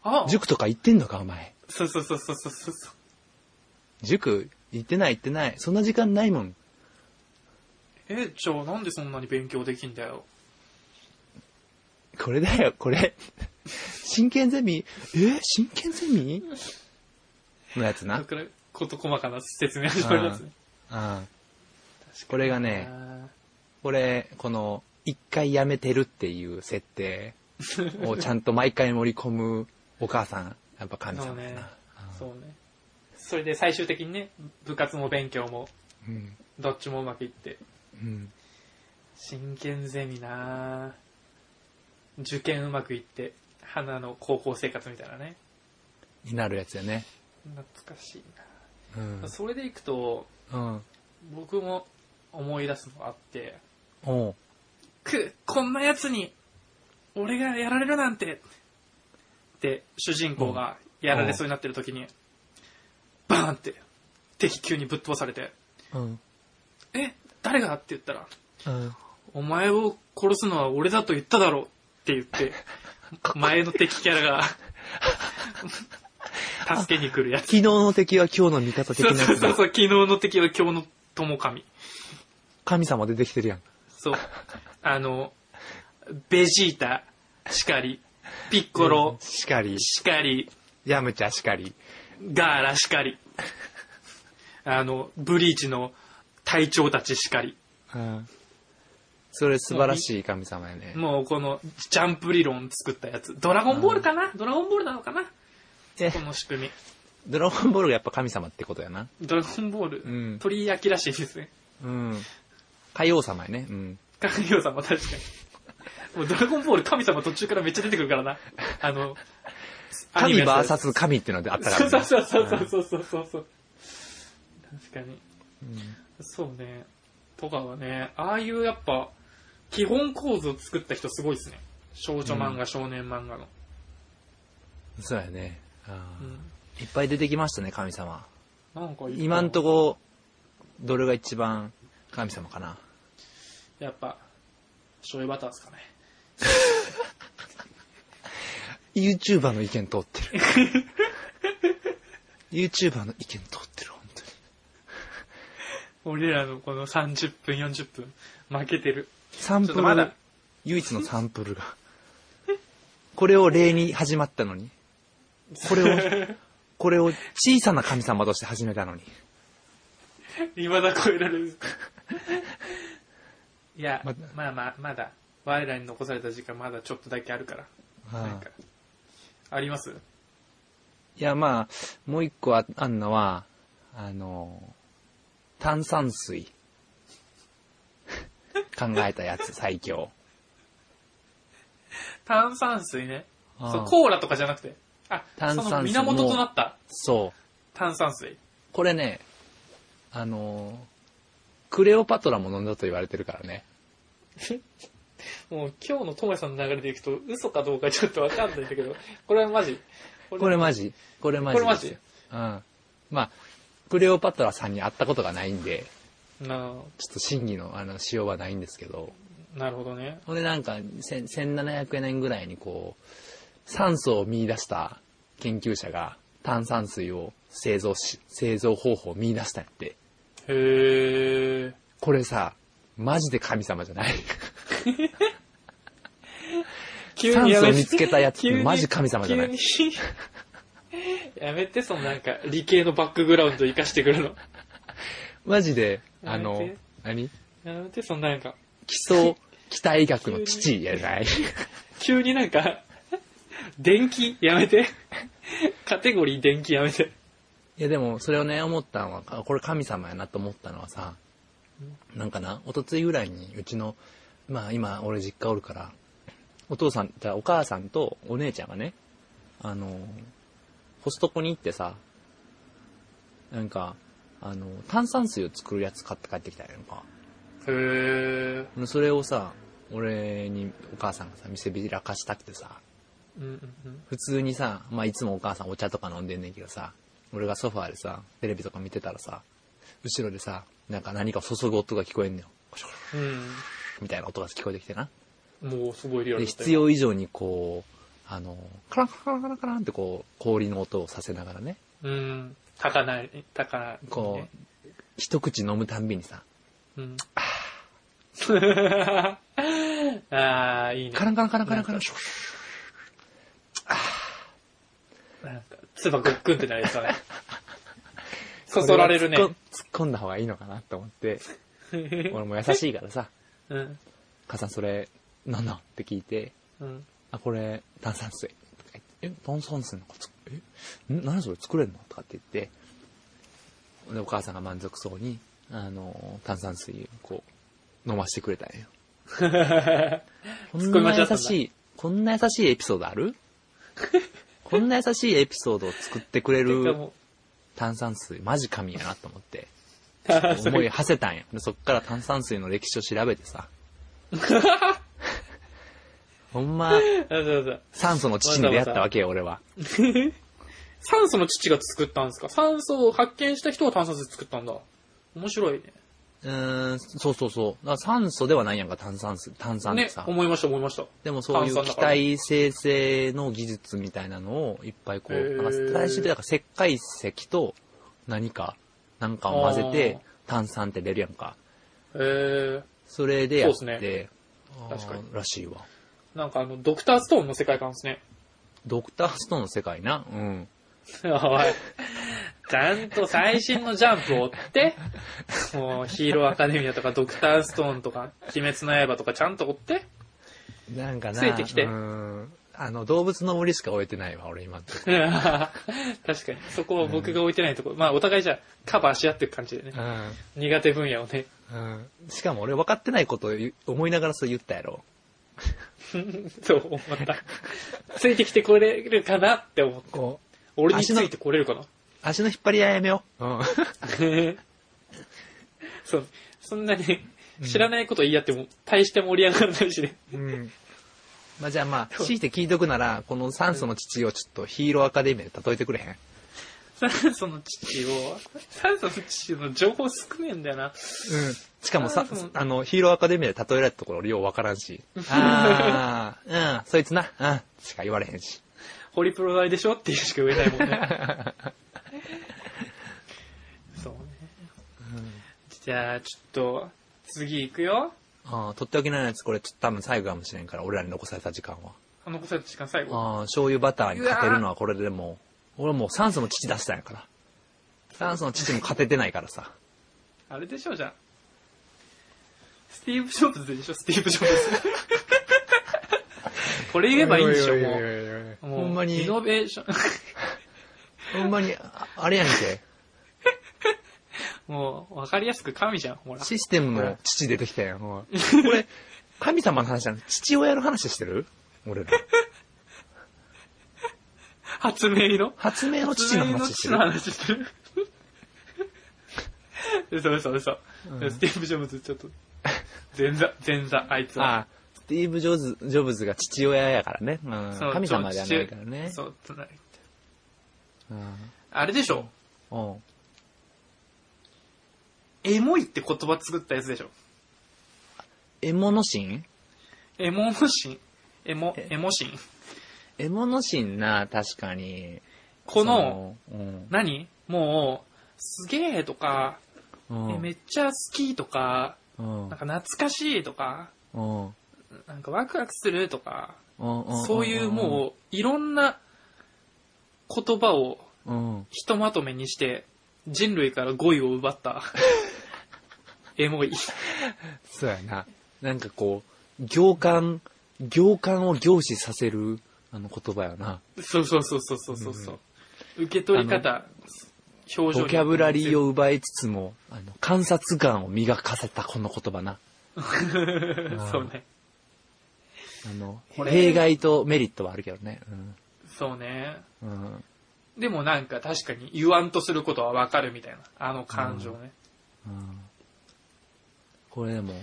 ああ、
塾とか行ってんのか、お前。
そうそうそうそうそうそう。
塾行ってない行ってない。そんな時間ないもん。
え、じゃあなんでそんなに勉強できんだよ。
これだよ、これ。 真剣ゼミえー真剣ゼミのやつ
だ
な。
から、こと細かな説明始まりますね。
うん。これがね、
あ
これ、この、一回やめてるっていう設定をちゃんと毎回盛り込むお母さん、やっぱ神様だ
そうね
な。
ーそうね。それで最終的にね、部活も勉強も、
うん。
どっちもうまくいって。
うん。
真剣ゼミなぁ受験うまくいって、花の高校生活みたいなね。
になるやつよね。
懐かしいな
うん
ぁ。それでいくと、
うん。
僕も思い出すのがあって、
おう
く、こんな奴に、俺がやられるなんて、って、主人公がやられそうになってる時に、バーンって、敵急にぶっ飛ばされて、
うん。
え、誰がって言ったら、
うん。
お前を殺すのは俺だと言っただろうって言って、前の敵キャラが、助けに来るやつ。
昨日の敵は今日の味方的
そう
な
そう
やつ
そう
だ。
そう、昨日の敵は今日の友神。
神様出てきてるやん。
そう。あの、ベジータ、しかり、ピッコロ、
しかり、
しかり、
ヤムチャしかり。
ガーラしかり、あの、ブリーチの隊長たちしかり、
うん。それ素晴らしい神様やね。
もうこのジャンプ理論作ったやつ、ドラゴンボールかなドラゴンボールなのかな
で
こ、の仕組
ドラゴンボールがやっぱ神様ってことやな。
み。ドラゴンボール、
うん
鳥焼きらしいですね。
うん。海王様やね。うん。
神様確かに。もうドラゴンボール神様途中からめっちゃ出てくるからな。あの、アニメ
神
のや
バー
つ
サス神っていうのであったから、
そう
ね。
そうそうそうそうそうそうそう。確かに。
うん
そうね。とかはね、ああいうやっぱ、基本構図を作った人すごいですね。少女漫画、少年漫画の。
そうやね、あ
う
ー
ん。
いっぱい出てきましたね、神様。
なんかいい
今んとこ、どれが一番神様かな。
やっぱ、醤油バターですかね。
YouTuber の意見通ってる。YouTuber の意見通ってる、本当に。
俺らのこの30分、40分、負けてる。
サンプ
ちょっと
ル、
まだ
唯一のサンプルが。これを例に始まったのに。これを、 これを小さな神様として始めたのに。
未だ超えられる。いや、
ま
まあまあ、まだ、我らに残された時間まだちょっとだけあるから。なん
あ
か
あ
あります
いや、まあ、もう一個ああんのは、あの、炭酸水。 考えたやつ、最強。
炭酸水ね。
ああ
そう、コーラとかじゃなくて。あ、
炭酸水
その源となった
そう。
炭酸水。
これね、あのークレオパトラも飲んだと言われてるからね。
もう今日のトモヤさんの流れでいくと嘘かどうかちょっとわかんないんだけど、これはマジ。こ
これマジこれマジ
これマ
です
ジ
ようん。まあ、クレオパトラさんに会ったことがないんで、
な
ちょっと真偽のあの、しようはないんですけど、
なるほどね。
ほんでなんか、千1700年ぐらいにこう、酸素を見出した研究者が炭酸水を製造し、製造方法を見出したんやって。
へえ。
これさ、マジで神様じゃ ない。
急
酸素を
て
見つけたやつってマジ神様じゃない。
急にやめて、そのなんか理系のバックグラウンド生かしてくるの。
マジで、
や
あ
めて
の、何
やめて、そのなんか、
基礎 機体学の父やない
急になんか、 電気やめて。カテゴリー電気やめて。
いやでも、それをね、思ったのは、あこれ神様やなと思ったのはさ、なんかな、おとついぐらいに、うちの、まあ今、俺実家おるから、お父さん、じゃあお母さんとお姉ちゃんがね、あの、コストコに行ってさ、なんか、あの、炭酸水を作るやつ買って帰ってきたやんか。
へえ。
それをさ、俺に、お母さんがさ、見せびらかしたくてさ、
うんうんうん。
普通にさ、まあ、いつもお母さんお茶とか飲んでんねんけどさ、俺がソファーでさ、テレビとか見てたらさ、後ろでさ、なんか何かを注ぐ音が聞こえんのよ。コショコショみたいな音が聞こえてきてな。
うん。もうすごいリアル
で、
だった
必要以上にこう、あの、カランカランカランカランってこう、氷の音をさせながらね、
うん。高ない、高ない、
こう、一口飲むたんびにさ、
う。 うん。ああー、いいね。
カランカランカランカランカラン、シュッシ
なんか、唾ごっくんってなり そうね。
ュ
そそられるね
こ。は突っ込ん突っ込んだ方がいいのかなと 思って、俺も優しいからさ、
うん。
母さんそれ、なんだって聞いて、
うん。
あ、これ、炭酸水。え、炭酸水なんかつ、え、ん何それ作れんのとかって言って、で、お母さんが満足そうに、あの、炭酸水をこう、飲ましてくれたんよ。こん
っ込み間
な
違ったんだ
優しい、こんな優しいエピソード あるこんな優しいエピソードを作ってくれ
てか
る
も
炭酸水、マジ神やなと思って、
う、あーそ
思い
れ
馳せたんよ。でそっから炭酸水の歴史を調べ てさ、ほんま、
あそうそう
酸素の父に出会ったわけよ、俺は。
酸素の父が作ったんですか酸素を発見した人が炭酸水作ったんだ。面白いね。
うーん、そうそうそう。だから酸素ではないやんか、炭酸水、炭酸って
ね
さ。、
思いました思いました。
でもそうい
炭酸
う
だ
気
から
体生成の技術みたいなのをいっぱいこ
へー
う、なんか最終的にだから石灰石と何か、なんかを混ぜて炭酸って出るやんか。
え
それでやっ
そうっす
て、あー
確かに
らしいわ。
ー、なんかあの、ドクターストーンの世界観ですね。
ドクターストーンの世界な。うん。
おい。ちゃんと最新のジャンプを追って、もうヒーローアカデミアとかドクターストーンとか、鬼滅の刃とかちゃんと追って、
なんかな。
ついてきて
うーんあの、動物の森しか置いてないわ、俺今んとこ。
確かに。そこは僕が置いてないところ。まあ、お互いじゃあカバーし合ってる感じでね
う。ん。
苦手分野をね。
うん。しかも俺分かってないことを言う思いながらそう言ったやろ。
そう思った。ついてきてこれるかなって思った。
こう、
俺についてこれるかな。
足の引っ張り合いやめよう。うん。
そう。そんなに、知らないこと言い合っても、大して盛り上がらないしね。
うん。まあ、じゃあまあ、強いて聞いとくなら、この酸素の父をちょっとヒーローアカデミアで例えてくれへん。
サ ランソの父を、サランソの父の情報少ねえんだよな。
しかもさ
あそう、
あの、ヒーローアカデミアで例えられたところ俺ようわからん し。ああ、うん、そいつな、うん、しか言われへんし。
ホリプロ大でしょっていうしか言えないもんね。 そうね。じゃあ、ちょっと、次行くよ。
ああ、とっておきのやつ、これちょっと多分最後かもしれんから、俺らに残された時間は。
あ残された時間最後。
ああ、醤油バターに勝てるのはこれでもう、俺もう酸素の父出したんやから。酸素の父も勝ててないからさ。
あれでしょ、じゃあ。スティーブ・ジョブズでしょ、スティー ブ・ジョブズ。これ言えばいいんでしょ、もう。
う
もう
ほんまに
イ、ノベーション。
ほんまに、ああれやんけ。
もう、わかりやすく神じゃん、ほら。
システムの父出てきたやん。 ほらこれ、神様の話じゃん。父親の話してる俺 ら。
発明の
発明の父の
発
話して
明
る。
の父の話してる。 嘘嘘嘘。スティーブ・ジョブズちょっと、前座、前座、あいつは。
ああ、スティーブ・ジョブズジョブズが父親やからね。うん
そう
神様じゃないからね。
そう、隣って
うん
あれでしょ
うん
エモいって言葉作ったやつでしょ
エモの神
エモの神エモ、エモ神
エモの神な、確かに。
この、
その、うん
何もう、すげえとか、
うん
えめっちゃ好きとか、
うん
なんか懐かしいとか、
うん
なんかワクワクするとか、
うん
そういうもう、いろんな言葉を
うん、うん。
ひとまとめにして、人類から語彙を奪 った。エモい。
そうやな。なんかこう、行間、行間を凝視させる、あの言葉やな。
そうそうそうそうそうそうそう、受け取り方、表情
ボキャブラリーを奪いつつも、あの、観察眼を磨かせたこの言葉な。
を そうね。
あの、
これ
弊害とメリットはあるけどね。
そうね。
うん。うん。
でもなんか確かに言わんとすることはわかるみたいな。あの感情ね。
うん。これでも、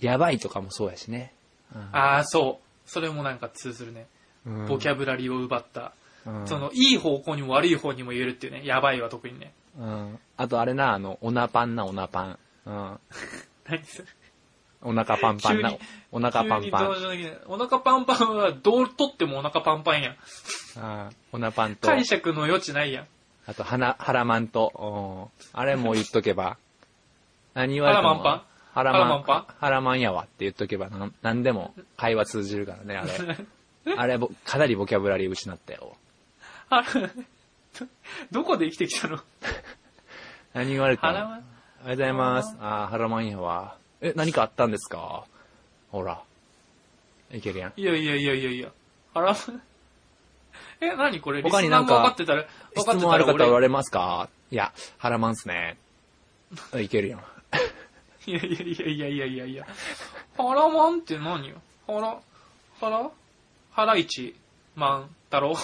やばいとかもそうやしね。あ、
ああ、そう。それもなんか通ずるね。
うん
ボキャブラリーを奪った。
うん
その、いい方向にも悪い方にも言えるっていうね。やばいは特にね。
うん。あとあれな、あの、オナパンな、オナパン。うん。
何それ
お腹パンパンな
急に、
お腹パ
急
ン
に
パン
登。場できないお腹パンパンはどう取ってもお腹パンパンやん。
うんお腹パンと、
解釈の余地ないやん。
あと、鼻、腹マンと、うんあれも言っとけ ば。何言われて
腹
も
マンパン
腹マン
腹マンパン
腹マンやわって言っとけば、なんなんでも会話通じるからね、あれ。あれ、ぼかなりボキャブラリー失ったよ。
あれどどこで生きてきたの
何言われても。
腹マン
おはようございます。あー、腹マンやわ。え、何かあったんですかほら。いけるやん。
いやいやいやいやいや。あら、え、なにこれ
他になん
リス
か
ナーも分かってたら、分か
質
って
問
た
ある方お
ら
ら
俺、
れますかいや、腹マンっすね。あいけるやん。
いやいやいやいやいやいやいや。腹マンって何よ腹、腹腹一万太郎。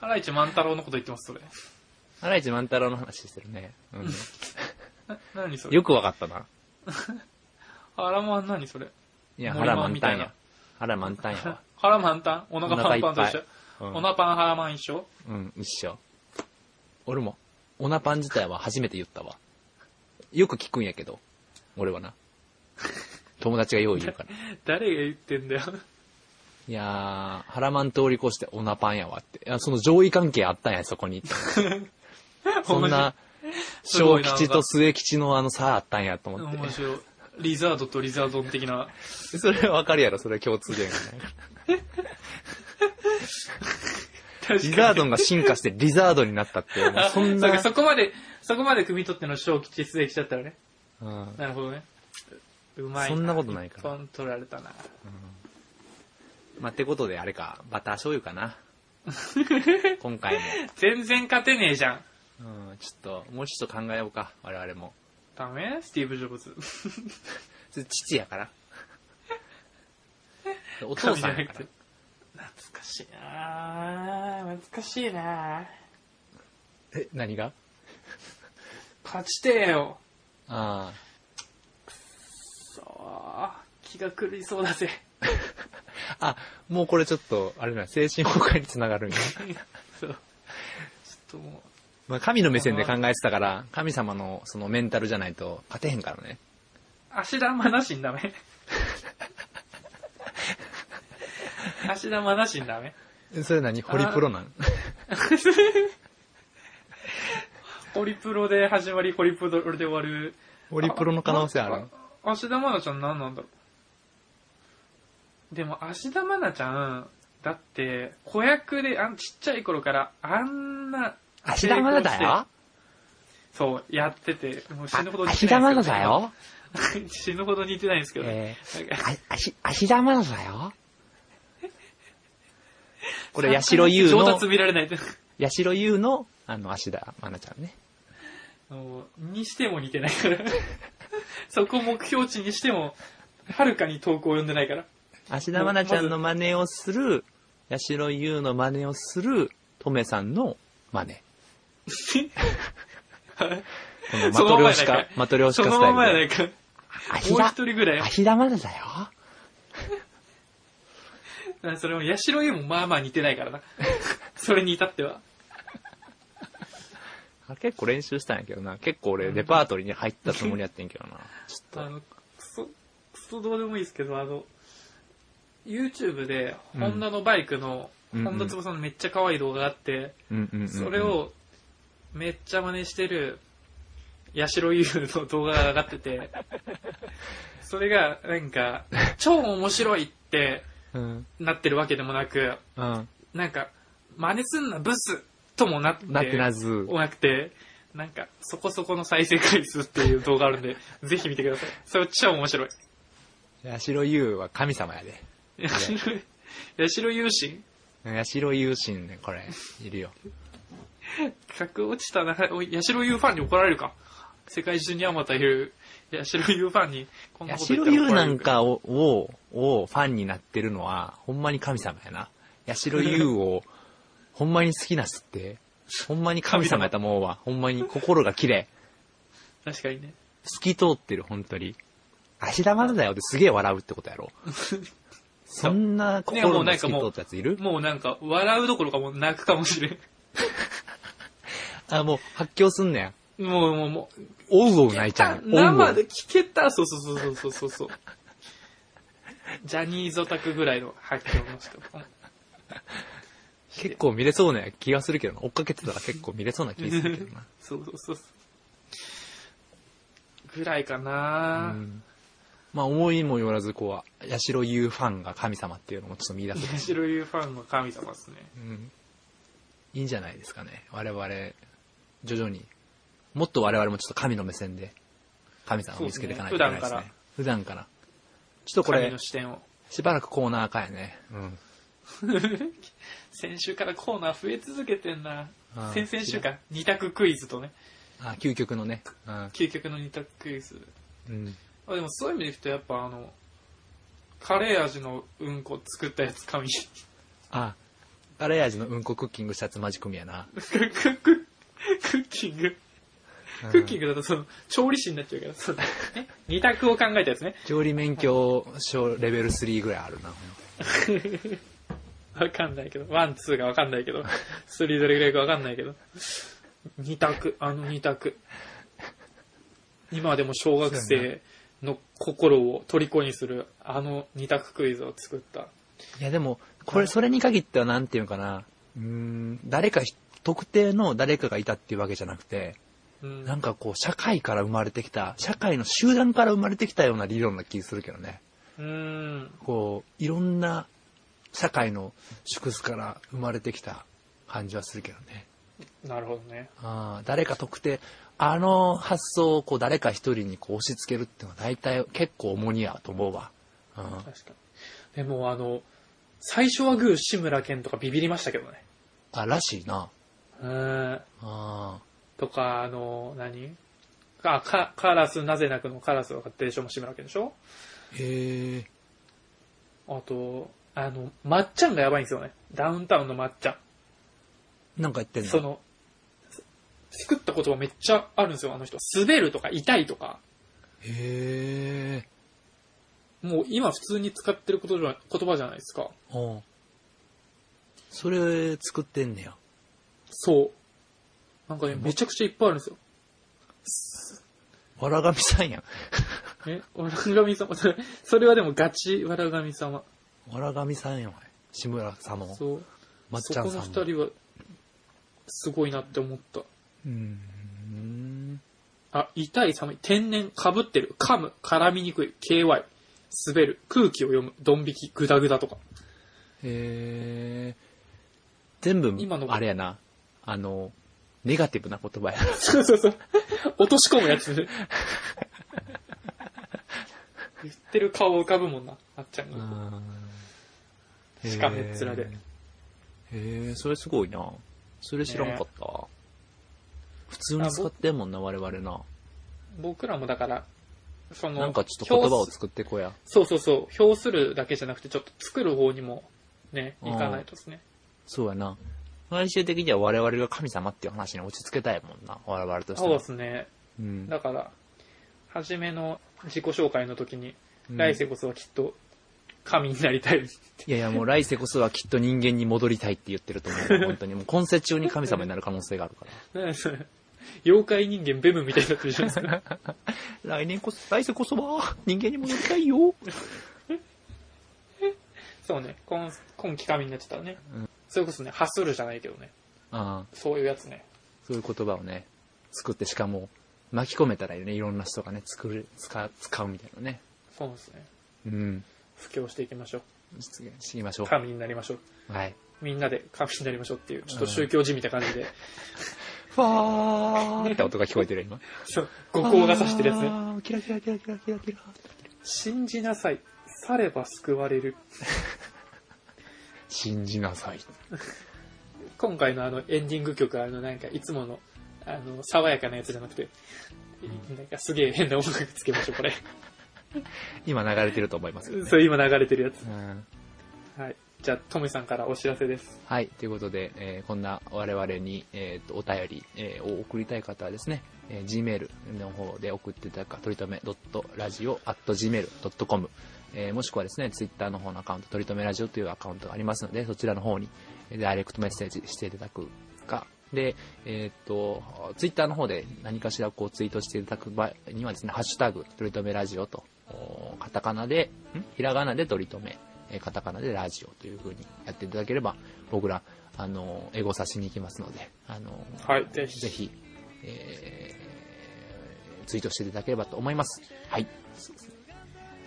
腹一万太郎のこと言ってます、それ。
原市万太郎の話してるね。 うん
な、何それ
よくわかったな。
腹マン何それ
いや、
森マ
腹
ン
満
みた
タ
い
ン
な
や。腹満タンや わ。
腹満タンお腹パンパンと一緒
お腹いっぱいうん
お腹パン腹マン一緒
うん、一緒。俺も、オナパン自体は初めて言ったわ。よく聞くんやけど、俺 はな。友達がよう言うから。
誰が言ってんだよ。
いやー、腹マン通り越してオナパンやわって。いや、その上位関係あったんや、そこに。 そんな、
すご
小
いな
吉と末吉のあの差あったんやと思って
面。白い。リザードとリザードン的な。
それわかるやろ、それ共通点がね。
確か
リ
に
ザードンが進化してリザードになっ たって、もうそん
そう
な
か、そこまで、そこまで汲み取っての正吉出撃しちゃったらね。
うん
なるほどね。ううまい。
そんなことないから
一本取られたな。
まあ、ってことであれか、バター醤油かな。今回も。
全然勝てねえじゃん。
うん、ちょっと、もうちょっと考えようか、我々も。
ダメスティーブ・ジョブズ。
それ父やから。お父さん
神
や
じゃな
か
くて
ら。
懐かしいなぁ。懐かしいなぁ。
え、何が
勝ちてえよ。
ああ。
そう。気が狂いそうだぜ。
あ、もうこれちょっと、あれだな、精神崩壊につながるんや。
そう。ちょっとも
まあ、神の目線で考えてたから、神様のそのメンタルじゃないと勝てへんからね。
う、足玉なしんダメ。足玉なしんダメ。
それ何ホリプロなん
ホリプロで始まり、ホリプロで終わる。
ホリプロの可能性ある
あ芦田愛菜ちゃん何なんだろう。でも芦田愛菜ちゃん、だって、子役で、あんちっちゃい頃から、あんな、
芦田愛菜だよ
そう、やってて、もう死ぬほど
あ
似
芦
てな
田
い
愛
んで
菜
すけど
だよ
死ぬほど似てないんですけど、ね。
え
なんか
ー、あ、芦芦田愛菜だよ これ、八代優
上
の
達、見られない。
八代優の、あの、芦田愛菜ちゃんね。
もうにしても似てないから。 そこ目標値にしても、はるかに投稿を読んでないから。
芦田愛菜ちゃんの真似をする、八代優の真似をする、とめさんの 真似。このマトリョーシ
そのままやないか、
カマトリョー
そ
シカ
の
スタ
ままや
イル
な
で。
いか。も
ア
う一人ぐらい
ア。ヒダマナだよ。
それも、八代優もまあまあ似てないからな。それに至っては。
あれ結構練習したんやけどな。結構俺、レパートリーに入ったつもりやってんけどな。ちょ
あ
っと。
の、クソ、クソどうでもいいですけど、あの、YouTube で、ホンダのバイクの、
うん
ホンダつばさんのめっちゃ可愛い動画があって、
うんうんうんうん
それ。を、めっちゃ真似してる、八代優の動画が上がって て、それが、なんか、超面白いって
うん。
なってるわけでもなく、
うん。
なんか、真似すんな、ブスともなって、
なってなず。
なくて、なんか、そこそこの再生回数っていう動画あるんで、ぜひ見てください。それ超面白い。
ヤシロユウは神様やで。
八代、 八代優心
ヤシロユウ神ね、これ。いるよ。
格落ちたな、おい八代優ファンに怒られるか。世界中にあまたいる、八代優ファンに、こんな
ヤ
こと
シ
言った
ロ
ら
ユ
怒ら
ウな
れる
ん。かを、を、をファンになってるのは、ほんまに神様やな。ヤシロユウを、ほんまに好きなすって、ほんまに神様やったもんは、ほんまに心が綺麗。
確かにね。
透き通ってる、本当に。芦田愛菜だよってすげえ笑うってことやろ。そんな心の透き通ったやついる、
もうなんか、笑うどころかもう泣くかもしれん。
あ、もう発狂すんねや。
もう、もう、もう。
おうおう泣いちゃう。おうお
生
う
で聞けた、そうそうそうそうそう そう。ジャニーズオタクぐらいの発狂の人。
結構見れそうな気がするけどな。追っかけてたら結構見れそうな気がするけどな。
そうそうそうそう。ぐらいかな、
うんまあ思いもよらず、こう、八代優ファンが神様っていうのもちょっと見出せた
八
し、
代優ファンの神様ですね。
うんいいんじゃないですかね。我々、徐々に。もっと我々もちょっと神の目線で、神様を見つけていかないといけないです
そう
ね。
ですね
普段から。ちょっとこ
神
れ
の、視点を。
しばらくコーナー赤やね。うん。
先週からコーナー増え続けてんな
あ。あ
先々週か。二択クイズとね。
あ、究極のね。うん
究極の二択クイズ。
うん。
あでもそういう意味でいくとやっぱあの、カレー味のうんこ作ったやつ神。
あ、カレー味のうんこクッキングしたつまじ組やな。
クッククッキング。
うん
クッキングだとその、調理師になっちゃうから、そのね二択を考えたやつね。
調理免許証レベル3ぐらいあるな。ほんと
わかんないけど。ワン、ツーがわかんないけど。スリーどれぐらいかわかんないけど。二択、あの二択。今でも小学生の心を虜にする、あの二択クイズを作った。
いやでも、これ、それに限ってはなんていうのかな。うーん、誰かひ、特定の誰かがいたっていうわけじゃなくて、
うん。
なんかこう、社会から生まれてきた、社会の集団から生まれてきたような理論な気するけどね。
うーん。
こう、いろんな社会の縮図から生まれてきた感じはするけどね。
なるほどね。
あー誰か特定、あの発想をこう誰か一人にこう押し付けるっていうのは大体結構重荷やと思うわ。うん、
確かに。でもあの、最初はグー、志村けんとかビビりましたけどね。
あ、らしいな。
うーん。
あ
とか、あの、何あ、カカラス、なぜ泣くのカラスが勝手でしょも志村けんでしょ
ーへえ。
あと、あの、まっちゃんがやばいんですよね。ダウンタウンのまっちゃん。
なんか言ってんの
その、作った言葉めっちゃあるんですよ、あの人。滑るとか痛いとか。
へえ。
もう今普通に使ってることじゃ言葉じゃないですか。
おそれ作ってんねや。
そう。なんかね、めちゃくちゃいっぱいあるんですよ。
わらがみさんや
え、わらがみ様、 それ、それはでもガチわらがみ様。
ん。わらがみさんやん。志村さんも、
そう。
まっちゃんさんも。
そこの二人は、すごいなって思った。
うーん。
あ、痛い寒い、天然、かぶってる、噛む、絡みにくい、KY、滑る、空気を読む、ドン引き、グダグダとか。
えー、全部
今の、
あれやな。あの、ネガティブな言葉や。
そうそうそう。落とし込むやつね。言ってる顔浮かぶもんな、あっちゃんが。しかめっ面で。
へえ、それすごいな。それ知らんかった。普通に使ってんもんな、我々な。
僕らもだから、その、
なんかちょっと言葉を
表す
作ってこや。
そうそうそう、表するだけじゃなくて、ちょっと作る方にも、ね、いかないとですね。
そうやな。最終的には我々が神様っていう話に落ち着けたいもんな、我々として
そう
は
で。すね。
うん
だから、初めの自己紹介の時に、
うん
来世こそはきっと、神になりたい。
いやいや、もう来世こそはきっと人間に戻りたいって言ってると思う。本当に。もう今世中に神様になる可能性があるから。
何それ妖怪人間ベムみたいになってるじゃないです か。
来年こそ、来世こそは 人間に戻りたいよ。そう
そうね、今、今期神になってたらね。それこそね、ハッスルじゃないけどね。
ああ、
そういうやつね。
そういう言葉をね、作ってしかも巻き込めたらいいよね。いろんな人がね、作る、使使うみたいなね。
そうですね。
うん。
布教していきましょ
失言しましょ
う。
う。
神になりましょう。
はい。
みんなで神になりましょうっていう、ちょっと宗教じみた感じで、
ファーって音が聞こえてる今。
そう五光がさしてるやつね。
ね。キラキラキラキラキラキラ。
信じなさい。されば救われる。
信じなさい。
今回のあのエンディング曲はあのなんかいつものあの爽やかなやつじゃなくて、なんかすげえ変な音楽つけましょう、これ。
今流れてると思いますけどね。
そう、今流れてるや
うん
つ。はい。じゃあ、トメさんからお知らせです。
はい。ということで、えーこんな我々に、えーとお便り、えーを送りたい方はですね、えー Gmail の方で送っていただくか、とりとめ .radio.gmail.com、えーもしくはですね、Twitter の方のアカウント、とりとめラジオというアカウントがありますので、そちらの方にえーダイレクトメッセージしていただくか、で、えっ、と、ツイッターの方で何かしらこうツイートしていただく場合にはですね、ハッシュタグ、とりとめラジオと、おカタカナで、んひらがなでとりとめ、えーカタカナでラジオというふうにやっていただければ、僕ら、あの、エゴさしに行きますので、あの、
はい、ぜひ。
ぜひ、えーツイートしていただければと思います。はい。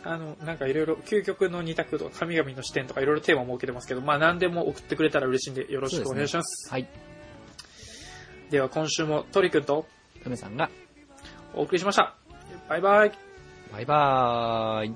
あの、なんかいろいろ、究極の二択とか、神々の視点とかいろいろテーマを設けてますけど、まあ何でも送ってくれたら嬉しいんで、よろしくお願いします。
はい。
では、今週もトリくんと
とめさんが、
お送りしました。バイバイ。
バイバーイ。